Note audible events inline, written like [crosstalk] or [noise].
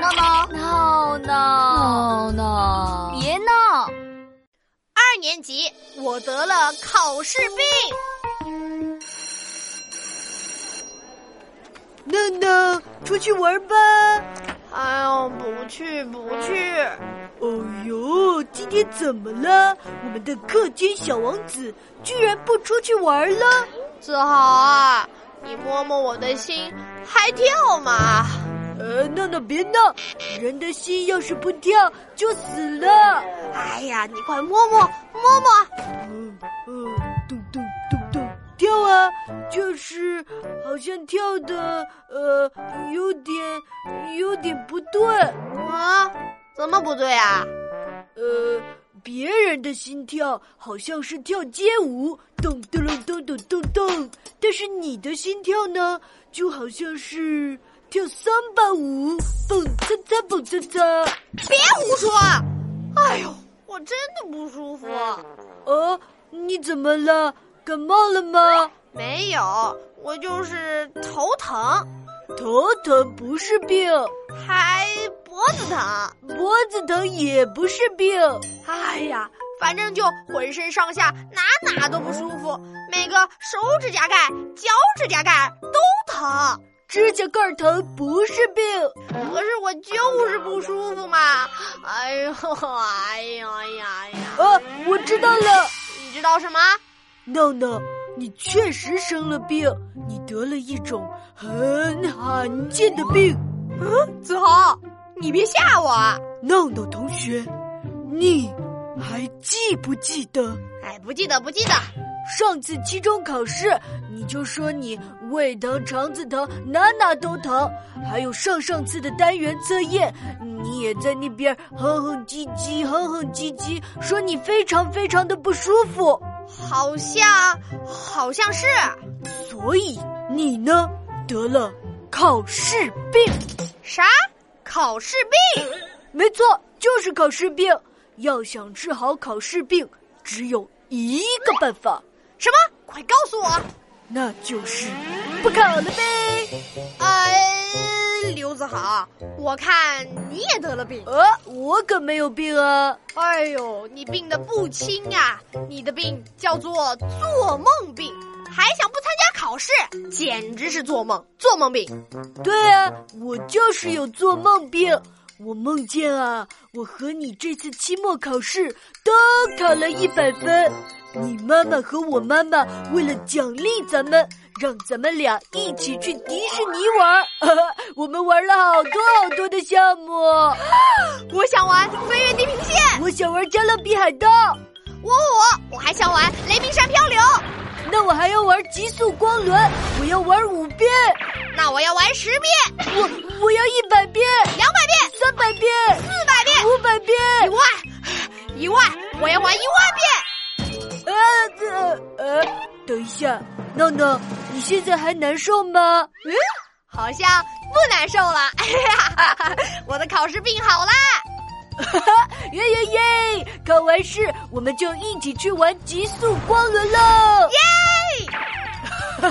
闹闹，闹闹，闹闹，别闹！二年级，我得了考试病。闹闹，出去玩吧。哎呦，不去不去！哦呦，今天怎么了？我们的课间小王子居然不出去玩了？子豪啊，你摸摸我的心，还跳吗？呃，闹闹别闹，人的心要是不跳就死了。哎呀，你快摸摸摸摸！嗯嗯，咚咚咚咚，跳啊，就是好像跳的呃有点有点不对。啊，怎么不对啊？呃，别人的心跳好像是跳街舞，咚咚隆咚咚咚咚，但是你的心跳呢，就好像是跳桑巴舞，蹦擦擦蹦擦擦。别胡说！哎呦，我真的不舒服。哦，你怎么了？感冒了吗？没有，我就是头疼，头疼不是病，还脖子疼。脖子疼也不是病。哎呀，反正就浑身上下哪哪都不舒服，每个手指甲盖、脚指甲盖都疼。指甲盖儿疼不是病，可是我就是不舒服嘛。哎呦，哎呦哎呀哎呀！啊，我知道了。你知道什么？闹闹，你确实生了病，你得了一种很罕见的病。子豪，你别吓我啊！闹闹同学，你还记不记得哎，不记得，不记得。上次期中考试，你就说你胃疼、肠子疼，哪哪都疼。还有上上次的单元测验，你也在那边哼哼唧唧、哼哼唧唧，说你非常非常的不舒服。好像好像是所以你呢，得了考试病。啥考试病？没错，就是考试病。要想治好考试病，只有一个办法，什么？快告诉我！那就是不考了呗。呃，刘子豪，我看你也得了病。呃，我可没有病啊。哎呦，你病得不轻呀、你的病叫做做梦病，还想不参加考试，简直是做梦，做梦病。对啊，我就是有做梦病。我梦见啊，我和你这次期末考试都考了一百分。你妈妈和我妈妈为了奖励咱们，让咱们俩一起去迪士尼玩儿。 [laughs] 我们玩了好多好多的项目，我想玩飞越地平线，我想玩加勒比海盗，我我我还想玩雷鸣山漂流，那我还要玩极速光轮，我要玩五遍，那我要玩十遍、我我要一百遍、两百遍、三百遍、四百遍、五百遍。一万，一万，我要玩一万遍。呃，这呃，等一下，闹闹，你现在还难受吗？ [laughs] 好像不难受了， [laughs] 我的考试病好啦！耶耶耶！考完试我们就一起去玩 [laughs] 极速光轮喽！耶！